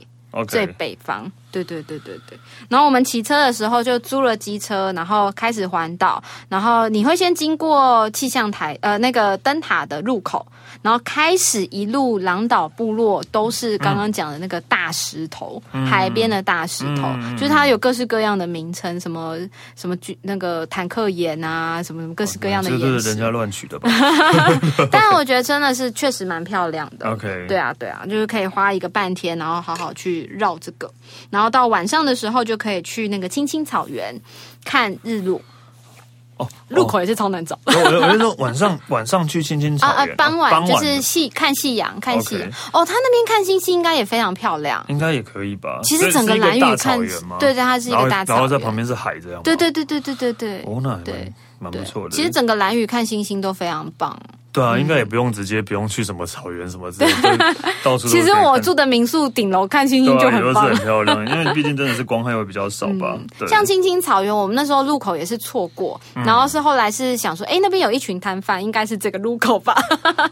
[SPEAKER 2] 最
[SPEAKER 1] OK，
[SPEAKER 2] 北方，对对对对对。然后我们骑车的时候就租了机车，然后开始环岛。然后你会先经过气象台，呃，那个灯塔的入口，然后开始一路狼岛部落都是刚刚讲的那个大石头，
[SPEAKER 1] 嗯
[SPEAKER 2] 海边的大石头，就是它有各式各样的名称，什么什么巨那个坦克岩啊，什么什么各式各样的
[SPEAKER 1] 嗯这
[SPEAKER 2] 岩
[SPEAKER 1] 都哦是
[SPEAKER 2] 石
[SPEAKER 1] 人。家乱取的吧 (laughs)
[SPEAKER 2] 但我觉得真的是确实蛮漂亮的。
[SPEAKER 1] ？OK，
[SPEAKER 2] 对啊，对啊，就是可以花一个半天，然后好好去绕这个，然后到晚上的时候就可以去那个青青草原看日落，
[SPEAKER 1] 哦，
[SPEAKER 2] 入
[SPEAKER 1] 哦
[SPEAKER 2] 口也是超难找。
[SPEAKER 1] 我我我就说晚
[SPEAKER 2] (laughs)
[SPEAKER 1] 上晚上去青青
[SPEAKER 2] 啊
[SPEAKER 1] 哦草
[SPEAKER 2] 啊
[SPEAKER 1] 原，，
[SPEAKER 2] 傍晚
[SPEAKER 1] 傍
[SPEAKER 2] 就
[SPEAKER 1] 晚
[SPEAKER 2] 是夕看夕阳，看夕阳
[SPEAKER 1] OK。
[SPEAKER 2] 哦，他那边看星星应该也非常漂亮。
[SPEAKER 1] 应该也可以吧？
[SPEAKER 2] 其实整
[SPEAKER 1] 所以是
[SPEAKER 2] 蓝
[SPEAKER 1] 一
[SPEAKER 2] 屿
[SPEAKER 1] 大
[SPEAKER 2] 看
[SPEAKER 1] 草原吗？，
[SPEAKER 2] 对对，它是一
[SPEAKER 1] 然后
[SPEAKER 2] 个大草原。
[SPEAKER 1] 然后在旁边是海这样吗，
[SPEAKER 2] 对对对对对对对。
[SPEAKER 1] 哦，那还
[SPEAKER 2] 对
[SPEAKER 1] 蛮蛮
[SPEAKER 2] 对
[SPEAKER 1] 不错的。
[SPEAKER 2] 其实嗯整个蓝屿看星星都非常棒。
[SPEAKER 1] 对啊，应该也不用直接不用去什么草原什么之类的，就
[SPEAKER 2] (laughs)
[SPEAKER 1] 是到处都
[SPEAKER 2] 其实
[SPEAKER 1] 可以
[SPEAKER 2] 我
[SPEAKER 1] 看
[SPEAKER 2] 住的民宿顶楼看星星
[SPEAKER 1] 对
[SPEAKER 2] 就
[SPEAKER 1] 啊，也都
[SPEAKER 2] 很
[SPEAKER 1] 是
[SPEAKER 2] 棒嗯
[SPEAKER 1] 很。漂
[SPEAKER 2] (laughs)
[SPEAKER 1] 亮，因为毕竟真的是光害会比较少吧。对，嗯
[SPEAKER 2] 像青青草原，我们那时候路口也是错过，然后是后来是想说，哎、那边有一群摊贩，应该是这个路口
[SPEAKER 1] (laughs)
[SPEAKER 2] 吧？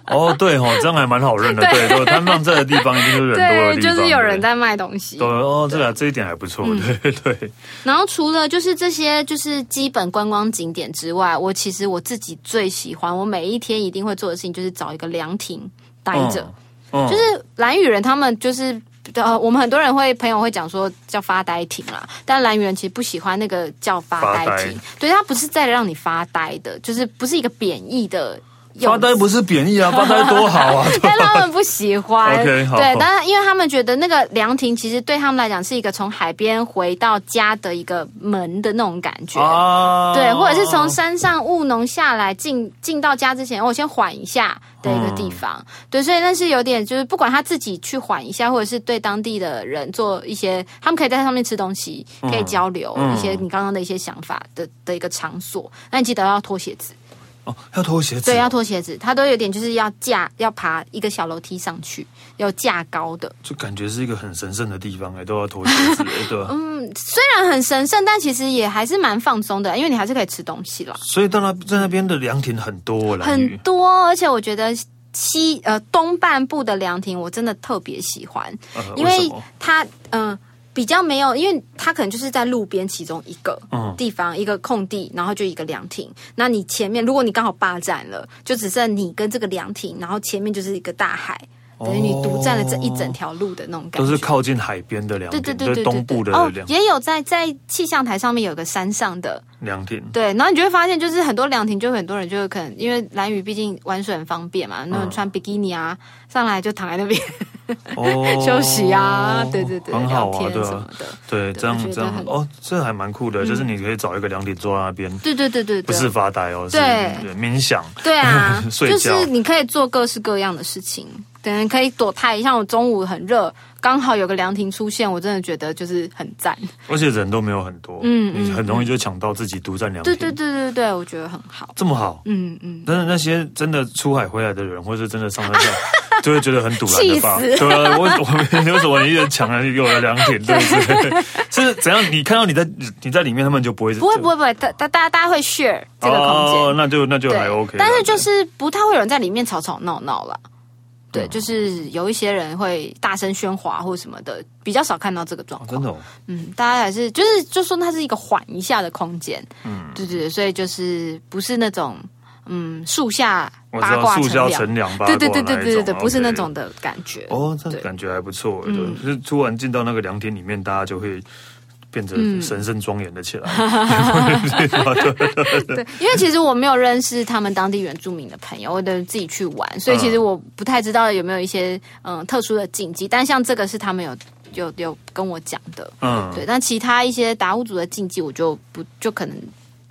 [SPEAKER 1] 哦，对哦，这样还蛮好
[SPEAKER 2] (laughs)
[SPEAKER 1] 认的。对，对，摊放这个地方一定就是人多的地
[SPEAKER 2] 就
[SPEAKER 1] 方，
[SPEAKER 2] 是有人
[SPEAKER 1] 对。
[SPEAKER 2] 在嗯卖东西
[SPEAKER 1] 对。哦，对啊，这一点还不错，对对。
[SPEAKER 2] 然后除了就是这些就是基本观光景点之外，我其实我自己最喜欢，我每一天一定会做的事情就是找一个凉亭待着。
[SPEAKER 1] 嗯，就
[SPEAKER 2] 就是蓝雨人他们就是。呃，我们很多人会朋友会讲说叫发呆亭啦，但蓝雨人其实不喜欢那个叫发呆
[SPEAKER 1] 发
[SPEAKER 2] 亭
[SPEAKER 1] 呆，
[SPEAKER 2] 对，它不是在让你发呆的，就是不是一个贬义的用
[SPEAKER 1] 发
[SPEAKER 2] 词。
[SPEAKER 1] 呆不是贬义啊，发呆多好
[SPEAKER 2] (laughs)
[SPEAKER 1] 啊。
[SPEAKER 2] 但他们不喜欢。
[SPEAKER 1] OK，好
[SPEAKER 2] 对，但是因为他们觉得那个凉亭其实对他们来讲是一个从海边回到家的一个门的那种感觉。
[SPEAKER 1] 啊，
[SPEAKER 2] 对，或者是从山上务农下来，进进到家之前，我、先缓一下的一个
[SPEAKER 1] 嗯
[SPEAKER 2] 地方。对，所以那是有点就是，不管他自己去缓一下，或者是对当地的人做一些，他们可以在上面吃东西，可以交流、
[SPEAKER 1] 嗯
[SPEAKER 2] 一些你刚刚的一些想法的的一个场所。那你记得要脱鞋子，
[SPEAKER 1] 哦，要脱鞋子，
[SPEAKER 2] 对，要脱鞋子，它都有点就是要架，要爬一个小楼梯上去，有架高的。
[SPEAKER 1] 就感觉是一个很神圣的地方哎，都要脱鞋子
[SPEAKER 2] (laughs)
[SPEAKER 1] 哎，对吧？
[SPEAKER 2] 嗯，虽然很神圣，但其实也还是蛮放松的，因为你还是可以吃东西啦，
[SPEAKER 1] 所以到那在那边的凉亭很多，蓝
[SPEAKER 2] 很
[SPEAKER 1] 屿
[SPEAKER 2] 多。而且我觉得西呃东半部的凉亭，我真的特别喜欢，
[SPEAKER 1] 呃
[SPEAKER 2] 因
[SPEAKER 1] 为什
[SPEAKER 2] 为
[SPEAKER 1] 么
[SPEAKER 2] 它嗯、呃比较没有，因为它可能就是在路边其中一个
[SPEAKER 1] 嗯
[SPEAKER 2] 地方、一个空地，然后就一个凉亭。那你前面如果你刚好霸占了，就只剩你跟这个凉亭，然后前面就是一个大海，等于你独占了这一整条路的那种感
[SPEAKER 1] 哦都
[SPEAKER 2] 觉。
[SPEAKER 1] 是靠近海边的凉
[SPEAKER 2] 对
[SPEAKER 1] 亭，
[SPEAKER 2] 对对对对，
[SPEAKER 1] 东部的
[SPEAKER 2] 对哦
[SPEAKER 1] 凉，
[SPEAKER 2] 也有在在气象台上面有个山上的，
[SPEAKER 1] 凉亭。
[SPEAKER 2] 对，然后你就会发现，就是很多凉亭，就会很多人就会可能因为蓝雨毕竟玩水很方便嘛，
[SPEAKER 1] 嗯
[SPEAKER 2] 那种穿比基尼啊上来就躺在那边
[SPEAKER 1] 哦
[SPEAKER 2] (laughs) 休息啊，对对对，
[SPEAKER 1] 很好
[SPEAKER 2] 聊
[SPEAKER 1] 啊，
[SPEAKER 2] 天
[SPEAKER 1] 对
[SPEAKER 2] 什么
[SPEAKER 1] 啊，
[SPEAKER 2] 的，
[SPEAKER 1] 对，这
[SPEAKER 2] 我觉
[SPEAKER 1] 样
[SPEAKER 2] 得
[SPEAKER 1] 这样
[SPEAKER 2] 很嗯
[SPEAKER 1] 哦，这还蛮酷的，就是你可以找一个凉亭坐在那边，
[SPEAKER 2] 对对对对
[SPEAKER 1] 不
[SPEAKER 2] 对，
[SPEAKER 1] 是发呆哦，是
[SPEAKER 2] 对
[SPEAKER 1] 对冥想，，
[SPEAKER 2] 对啊
[SPEAKER 1] (laughs) 睡
[SPEAKER 2] 就
[SPEAKER 1] 觉
[SPEAKER 2] 是你可以做各式各样的事情，等可以躲太像我中午很热，刚好有个凉亭出现，我真的觉得就是很赞。
[SPEAKER 1] 而且人都没有很多，
[SPEAKER 2] 嗯
[SPEAKER 1] 你很容易就抢到自己独占凉
[SPEAKER 2] 对
[SPEAKER 1] 亭，
[SPEAKER 2] 对对对对，我觉得很好。
[SPEAKER 1] 这么好。
[SPEAKER 2] 嗯嗯，
[SPEAKER 1] 但是那些真的出海回来的人，或是真的上山下，
[SPEAKER 2] (laughs)
[SPEAKER 1] 就会觉得很堵然的吧？
[SPEAKER 2] 气
[SPEAKER 1] 对啊，我我你为什么一人抢了有了两点，对不
[SPEAKER 2] (laughs)
[SPEAKER 1] 对？是怎样？你看到你在你在里面，他们就不会
[SPEAKER 2] 不会不会不会，大大大家大家会 share 这个空间。
[SPEAKER 1] 哦，那就那就
[SPEAKER 2] 对，
[SPEAKER 1] 还 OK 啦。
[SPEAKER 2] 但是就是不太会有人在里面吵吵闹闹啦。
[SPEAKER 1] 嗯
[SPEAKER 2] 对，就是有一些人会大声喧哗或什么的，比较少看到这个状
[SPEAKER 1] 哦
[SPEAKER 2] 况。
[SPEAKER 1] 真的哦
[SPEAKER 2] 嗯，大家还是就是就说它是一个缓一下的空间。嗯，对对对，所以就是不是那种嗯树下
[SPEAKER 1] 我哦知
[SPEAKER 2] 八
[SPEAKER 1] 道
[SPEAKER 2] 卦
[SPEAKER 1] 塑胶
[SPEAKER 2] 乘
[SPEAKER 1] 乘
[SPEAKER 2] 凉，
[SPEAKER 1] 凉八卦
[SPEAKER 2] 对对对对对对对，
[SPEAKER 1] 一啊
[SPEAKER 2] 不是那
[SPEAKER 1] OK
[SPEAKER 2] 种的感觉。
[SPEAKER 1] 哦，这
[SPEAKER 2] 对嗯
[SPEAKER 1] 感觉还不错，对，就是突然进到那个凉亭里面，大家就会变得
[SPEAKER 2] 嗯
[SPEAKER 1] 神圣庄严的起来。
[SPEAKER 2] (laughs) 对，因为其实我没有认识他们当地原住民的朋友，我得自己去玩，所以其实我不太知道有没有一些嗯特殊的禁忌。但像这个是他们有有有跟我讲的，
[SPEAKER 1] 嗯，
[SPEAKER 2] 对。但其他一些达悟族的禁忌，我就不就可能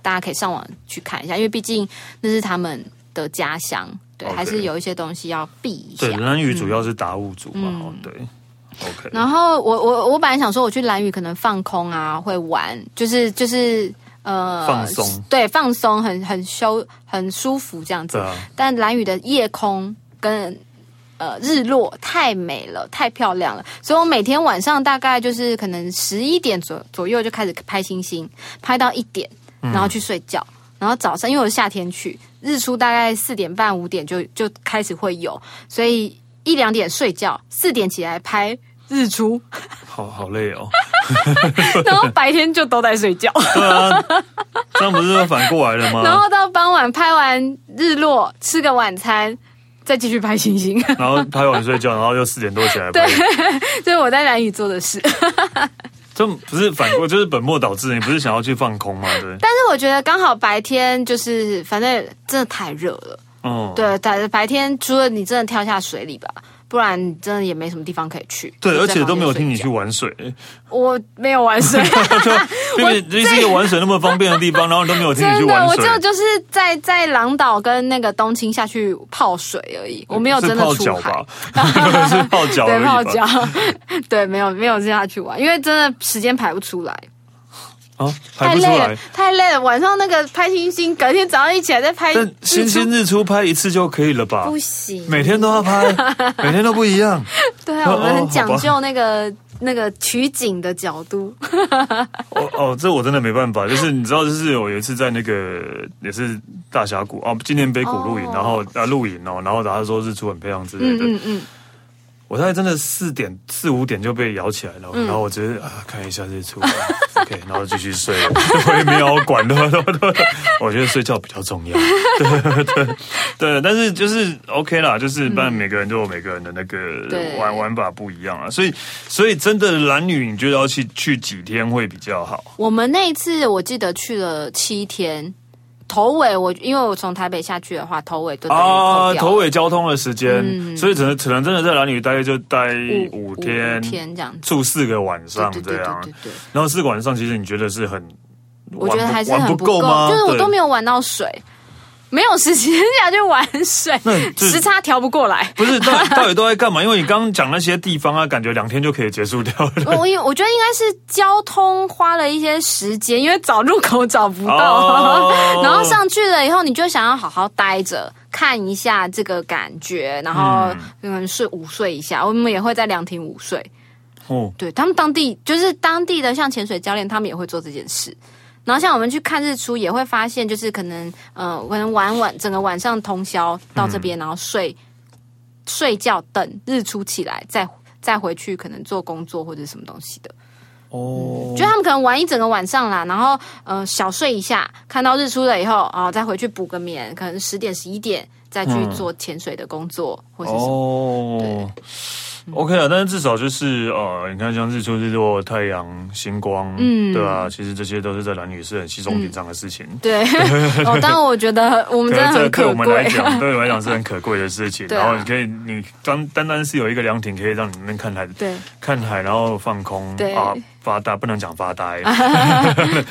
[SPEAKER 2] 大家可以上网去看一下，因为毕竟那是他们的家乡，对
[SPEAKER 1] OK
[SPEAKER 2] 还是有一些东西要避一下
[SPEAKER 1] 对，。蓝屿
[SPEAKER 2] 嗯
[SPEAKER 1] 主要是达悟族嘛，哦对，OK，
[SPEAKER 2] 然后我我我本来想说，我去蓝屿可能放空啊，会玩，就是就是呃，
[SPEAKER 1] 放松，
[SPEAKER 2] 对，放松，很很休，很舒服这样子
[SPEAKER 1] 对。啊，
[SPEAKER 2] 但蓝雨的夜空跟呃日落太美了，太漂亮了，所以我每天晚上大概就是可能十一点左左右就开始拍星星，拍到一点，然后去睡觉，然后早上因为我是夏天去，日出大概四点半五点就就开始会有，所以一两点睡觉，四点起来拍。日出，
[SPEAKER 1] 好好累哦，
[SPEAKER 2] 然后白天就都在睡觉，
[SPEAKER 1] 对啊，这样不是反过来了
[SPEAKER 2] (laughs) 然
[SPEAKER 1] 吗？
[SPEAKER 2] 后到傍晚拍完日落，吃个晚餐，再继续拍星星。 (laughs)
[SPEAKER 1] 然后拍完睡觉，然后又四点多起来拍，
[SPEAKER 2] 这是我在蓝屿做的事。
[SPEAKER 1] 这不是反过，就是本末倒置。你不是想要去放空吗？对，
[SPEAKER 2] 但是我觉得刚好白天就是，反正真的太热了。
[SPEAKER 1] 嗯，
[SPEAKER 2] 对，白白天除了你真的跳下水里吧，不然你真的也没什么地方可以去。
[SPEAKER 1] 对，
[SPEAKER 2] 就
[SPEAKER 1] 而
[SPEAKER 2] 在
[SPEAKER 1] 且
[SPEAKER 2] 房
[SPEAKER 1] 都
[SPEAKER 2] 间
[SPEAKER 1] 没有听你去
[SPEAKER 2] 睡觉，
[SPEAKER 1] 玩水，
[SPEAKER 2] 我没有玩水， (laughs)
[SPEAKER 1] 因为这是一个玩水那么方便的地方，然后你都没有听 (laughs) 你去
[SPEAKER 2] 真的，
[SPEAKER 1] 玩
[SPEAKER 2] 我
[SPEAKER 1] 水
[SPEAKER 2] 只，有就是在在狼岛跟那个东青下去泡水而已，我没有
[SPEAKER 1] 是
[SPEAKER 2] 真的
[SPEAKER 1] 泡
[SPEAKER 2] 出
[SPEAKER 1] 脚
[SPEAKER 2] 海
[SPEAKER 1] 吧。？ (laughs) 是泡脚而
[SPEAKER 2] 对，
[SPEAKER 1] 已
[SPEAKER 2] 泡
[SPEAKER 1] 吧？
[SPEAKER 2] 脚， (laughs) 对，没有没有下去玩，因为真的时间排不出来，
[SPEAKER 1] 啊，
[SPEAKER 2] 太
[SPEAKER 1] 排不出
[SPEAKER 2] 累了哎
[SPEAKER 1] 来。，
[SPEAKER 2] 太累了。晚上那个拍星星，隔天早上一起来再拍日
[SPEAKER 1] 但
[SPEAKER 2] 出，
[SPEAKER 1] 星星日出拍一次就可以了吧
[SPEAKER 2] 不？行，
[SPEAKER 1] 每天都要
[SPEAKER 2] (laughs)
[SPEAKER 1] 拍，每天都不一样。
[SPEAKER 2] 对啊，
[SPEAKER 1] 哦
[SPEAKER 2] 我们
[SPEAKER 1] 哦
[SPEAKER 2] 很讲
[SPEAKER 1] 好吧
[SPEAKER 2] 究那个、那个取景的角
[SPEAKER 1] (laughs)
[SPEAKER 2] 度。
[SPEAKER 1] 哦哦，这我真的没办法。就是你知道，就是有有一次在那个也是大峡谷啊，纪念碑谷露营，
[SPEAKER 2] 哦
[SPEAKER 1] 然后啊露营哦，然后大家说日出很漂亮之类
[SPEAKER 2] 嗯
[SPEAKER 1] 的。
[SPEAKER 2] 嗯嗯，
[SPEAKER 1] 我大概真的四点四五点就被摇起来了，
[SPEAKER 2] 嗯
[SPEAKER 1] 然后我直接啊看一下日出，OK，然 (laughs) 后继续睡了，我也没有管的，对 (laughs) 对对我觉得睡觉比较重要， (laughs) 对对对对，但是就是 OK 啦，就是不然每个人都有每个人的那个
[SPEAKER 2] 嗯对
[SPEAKER 1] 玩玩法不一样啊，所以所以真的男女你觉得要去去几天会比较好？
[SPEAKER 2] 我们那一次我记得去了七天，头尾我因为我从台北下去的话，头尾都等于扣掉了
[SPEAKER 1] 啊头尾交通的时间，所以只能只能真的在男女待就待五天
[SPEAKER 2] 五，天这样子。
[SPEAKER 1] 住四个晚上
[SPEAKER 2] 对对
[SPEAKER 1] 这
[SPEAKER 2] 对
[SPEAKER 1] 样
[SPEAKER 2] 对。对对，
[SPEAKER 1] 然后试管上，其实你觉得是很，
[SPEAKER 2] 我觉得
[SPEAKER 1] 玩不
[SPEAKER 2] 还是
[SPEAKER 1] 玩
[SPEAKER 2] 很啊
[SPEAKER 1] 不够吗？
[SPEAKER 2] 就是我
[SPEAKER 1] 对
[SPEAKER 2] 都没有玩到水，没有时间下去玩水
[SPEAKER 1] (laughs) 那，这
[SPEAKER 2] 时差调不过来。
[SPEAKER 1] (laughs) 不是到底到底都在干嘛？因为你刚刚讲那些地方啊，感觉两天就可以结束掉了。
[SPEAKER 2] 我我因为我觉得应该是交通花了一些时间，因为找路口找 (laughs) 不到，
[SPEAKER 1] 哦
[SPEAKER 2] 然后上去了以后，你就想要好好待着，看一下这个感觉，然后嗯可能睡午睡一下。我们也会在凉亭午睡，
[SPEAKER 1] 哦，
[SPEAKER 2] 对他们当地就是当地的像潜水教练，他们也会做这件事。然后像我们去看日出，也会发现就是可能呃，可能晚晚整个晚上通宵到这边，然后睡睡觉等日出起来再。再回去可能做工作或者什么东西的，
[SPEAKER 1] 哦，
[SPEAKER 2] 就他们可能玩一整个晚上啦，然后呃小睡一下，看到日出了以后啊、再回去补个眠，可能十点十一点再去
[SPEAKER 1] 嗯
[SPEAKER 2] 做潜水的工作、或者是什么。
[SPEAKER 1] 哦，OK 啊，但是至少就是呃，你看像日出、日落、太阳、星光，
[SPEAKER 2] 嗯
[SPEAKER 1] 对啊，其实这些都是在男女是很稀松平常的事情。
[SPEAKER 2] 对，
[SPEAKER 1] (laughs)
[SPEAKER 2] 哦，当然我觉得我们
[SPEAKER 1] 可
[SPEAKER 2] 真的
[SPEAKER 1] 能这
[SPEAKER 2] 很
[SPEAKER 1] 对我
[SPEAKER 2] 可
[SPEAKER 1] 们来
[SPEAKER 2] 贵。
[SPEAKER 1] 讲，对我们来讲是很可贵的事情。
[SPEAKER 2] (laughs) 对啊
[SPEAKER 1] 然后你可以，你单单单是有一个凉亭，可以让你们看海，
[SPEAKER 2] 对，
[SPEAKER 1] 看海，然后放空，
[SPEAKER 2] 对
[SPEAKER 1] 啊，发呆，不能讲发呆， (laughs)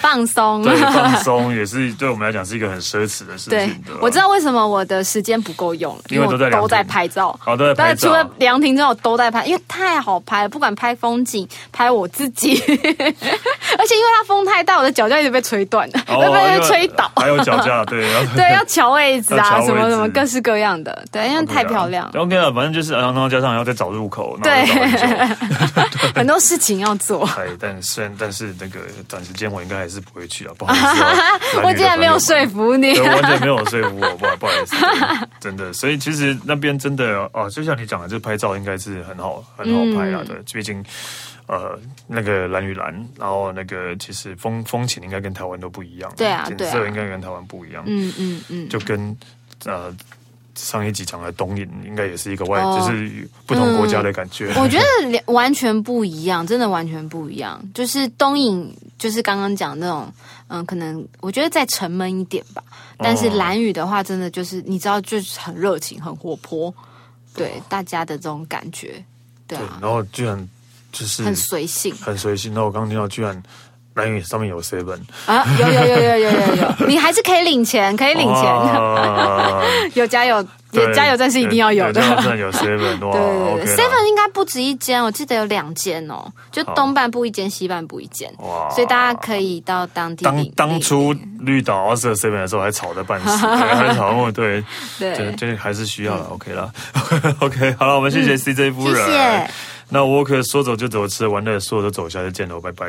[SPEAKER 2] 放松。啊
[SPEAKER 1] 对，放松也是对我们来讲是一个很奢侈的事
[SPEAKER 2] 对
[SPEAKER 1] 情。对吧，
[SPEAKER 2] 我知。道为什么我的时间不够用了，
[SPEAKER 1] 因为
[SPEAKER 2] 我
[SPEAKER 1] 都在凉亭
[SPEAKER 2] 都在拍照。
[SPEAKER 1] 好的，
[SPEAKER 2] 但
[SPEAKER 1] 拍
[SPEAKER 2] 是除
[SPEAKER 1] 照。
[SPEAKER 2] 了凉亭之后，我都在拍，因为太好拍了，不管拍风景， (laughs) 拍我自己，而且因为它风太大，我的脚就一直被吹断了，
[SPEAKER 1] 哦
[SPEAKER 2] 会 (laughs) 被
[SPEAKER 1] 因为
[SPEAKER 2] 吹倒。
[SPEAKER 1] 还有脚架，对，然 (laughs) 后
[SPEAKER 2] (laughs) 对，要调位置
[SPEAKER 1] 要调
[SPEAKER 2] 啊，
[SPEAKER 1] 位置
[SPEAKER 2] 什么什么各式各样的，对，因为太漂亮，
[SPEAKER 1] (laughs) 对啊 OK 了，反正就是，然后然后加上还要再找入口，然
[SPEAKER 2] 对
[SPEAKER 1] 后再找很久
[SPEAKER 2] 很多事情
[SPEAKER 1] (laughs)
[SPEAKER 2] 要做。
[SPEAKER 1] 哎，但虽然但是那个短时间我应该还是不会去啊，不好意思
[SPEAKER 2] (laughs)，
[SPEAKER 1] 啊
[SPEAKER 2] 我竟然没有说
[SPEAKER 1] 服。
[SPEAKER 2] 服你
[SPEAKER 1] 对，，
[SPEAKER 2] (laughs)
[SPEAKER 1] 完全没有说服我，不好不好意思，对真的。所以其实那边真的啊，就像你讲的，这拍照应该是很好很好
[SPEAKER 2] 嗯
[SPEAKER 1] 拍啦，对，毕竟。呃，那个蓝与蓝，然后那个其实风风情应该跟台湾都不一样，
[SPEAKER 2] 对啊
[SPEAKER 1] 景
[SPEAKER 2] 对啊
[SPEAKER 1] 色应该跟台湾不一样，
[SPEAKER 2] 嗯嗯嗯，
[SPEAKER 1] 就跟呃上一集讲的东引应该也是一个外，
[SPEAKER 2] 哦嗯
[SPEAKER 1] 就是不同国家的感觉。
[SPEAKER 2] 我觉得两完全不一样，真的完全不一样。就是东影，就是刚刚讲那种，嗯，可能我觉得再沉闷一点吧。但
[SPEAKER 1] 哦
[SPEAKER 2] 是蓝雨的话，真的就是你知道，就是很热情，很活泼，对
[SPEAKER 1] 哦
[SPEAKER 2] 大家的这种感觉，对
[SPEAKER 1] 对
[SPEAKER 2] 啊，
[SPEAKER 1] 然后居然就是
[SPEAKER 2] 很随性。
[SPEAKER 1] 嗯很随性。那我刚刚听到居然蓝屿上面有 seven，
[SPEAKER 2] 啊，有有有有有有
[SPEAKER 1] (laughs)
[SPEAKER 2] 有，你还是可以领钱，可以 (laughs) 领钱，
[SPEAKER 1] 哇
[SPEAKER 2] (laughs) 有加油，
[SPEAKER 1] 哦对
[SPEAKER 2] 有加油站是一定要有的
[SPEAKER 1] 对。加油站有
[SPEAKER 2] (laughs)
[SPEAKER 1] seven 哇
[SPEAKER 2] 对对对
[SPEAKER 1] 哦 OK 啦
[SPEAKER 2] ，seven 应该不止一间，我记得有两间哦，就东半部一间，西半部一间，
[SPEAKER 1] 哦哇
[SPEAKER 2] 所以大家可以到当地
[SPEAKER 1] 当
[SPEAKER 2] 领
[SPEAKER 1] 当
[SPEAKER 2] 领
[SPEAKER 1] 初绿岛奥斯 seven 的时候还吵得半死，
[SPEAKER 2] (laughs)
[SPEAKER 1] 对还吵我对，这
[SPEAKER 2] 对，嗯
[SPEAKER 1] 这还是需要了，OK 啦 (laughs) ，OK 好了，我们谢谢 CJ 夫
[SPEAKER 2] 谢
[SPEAKER 1] 人，
[SPEAKER 2] 谢。
[SPEAKER 1] 那 Walker 说走就走，吃完乐说走就走，下次见喽，拜拜。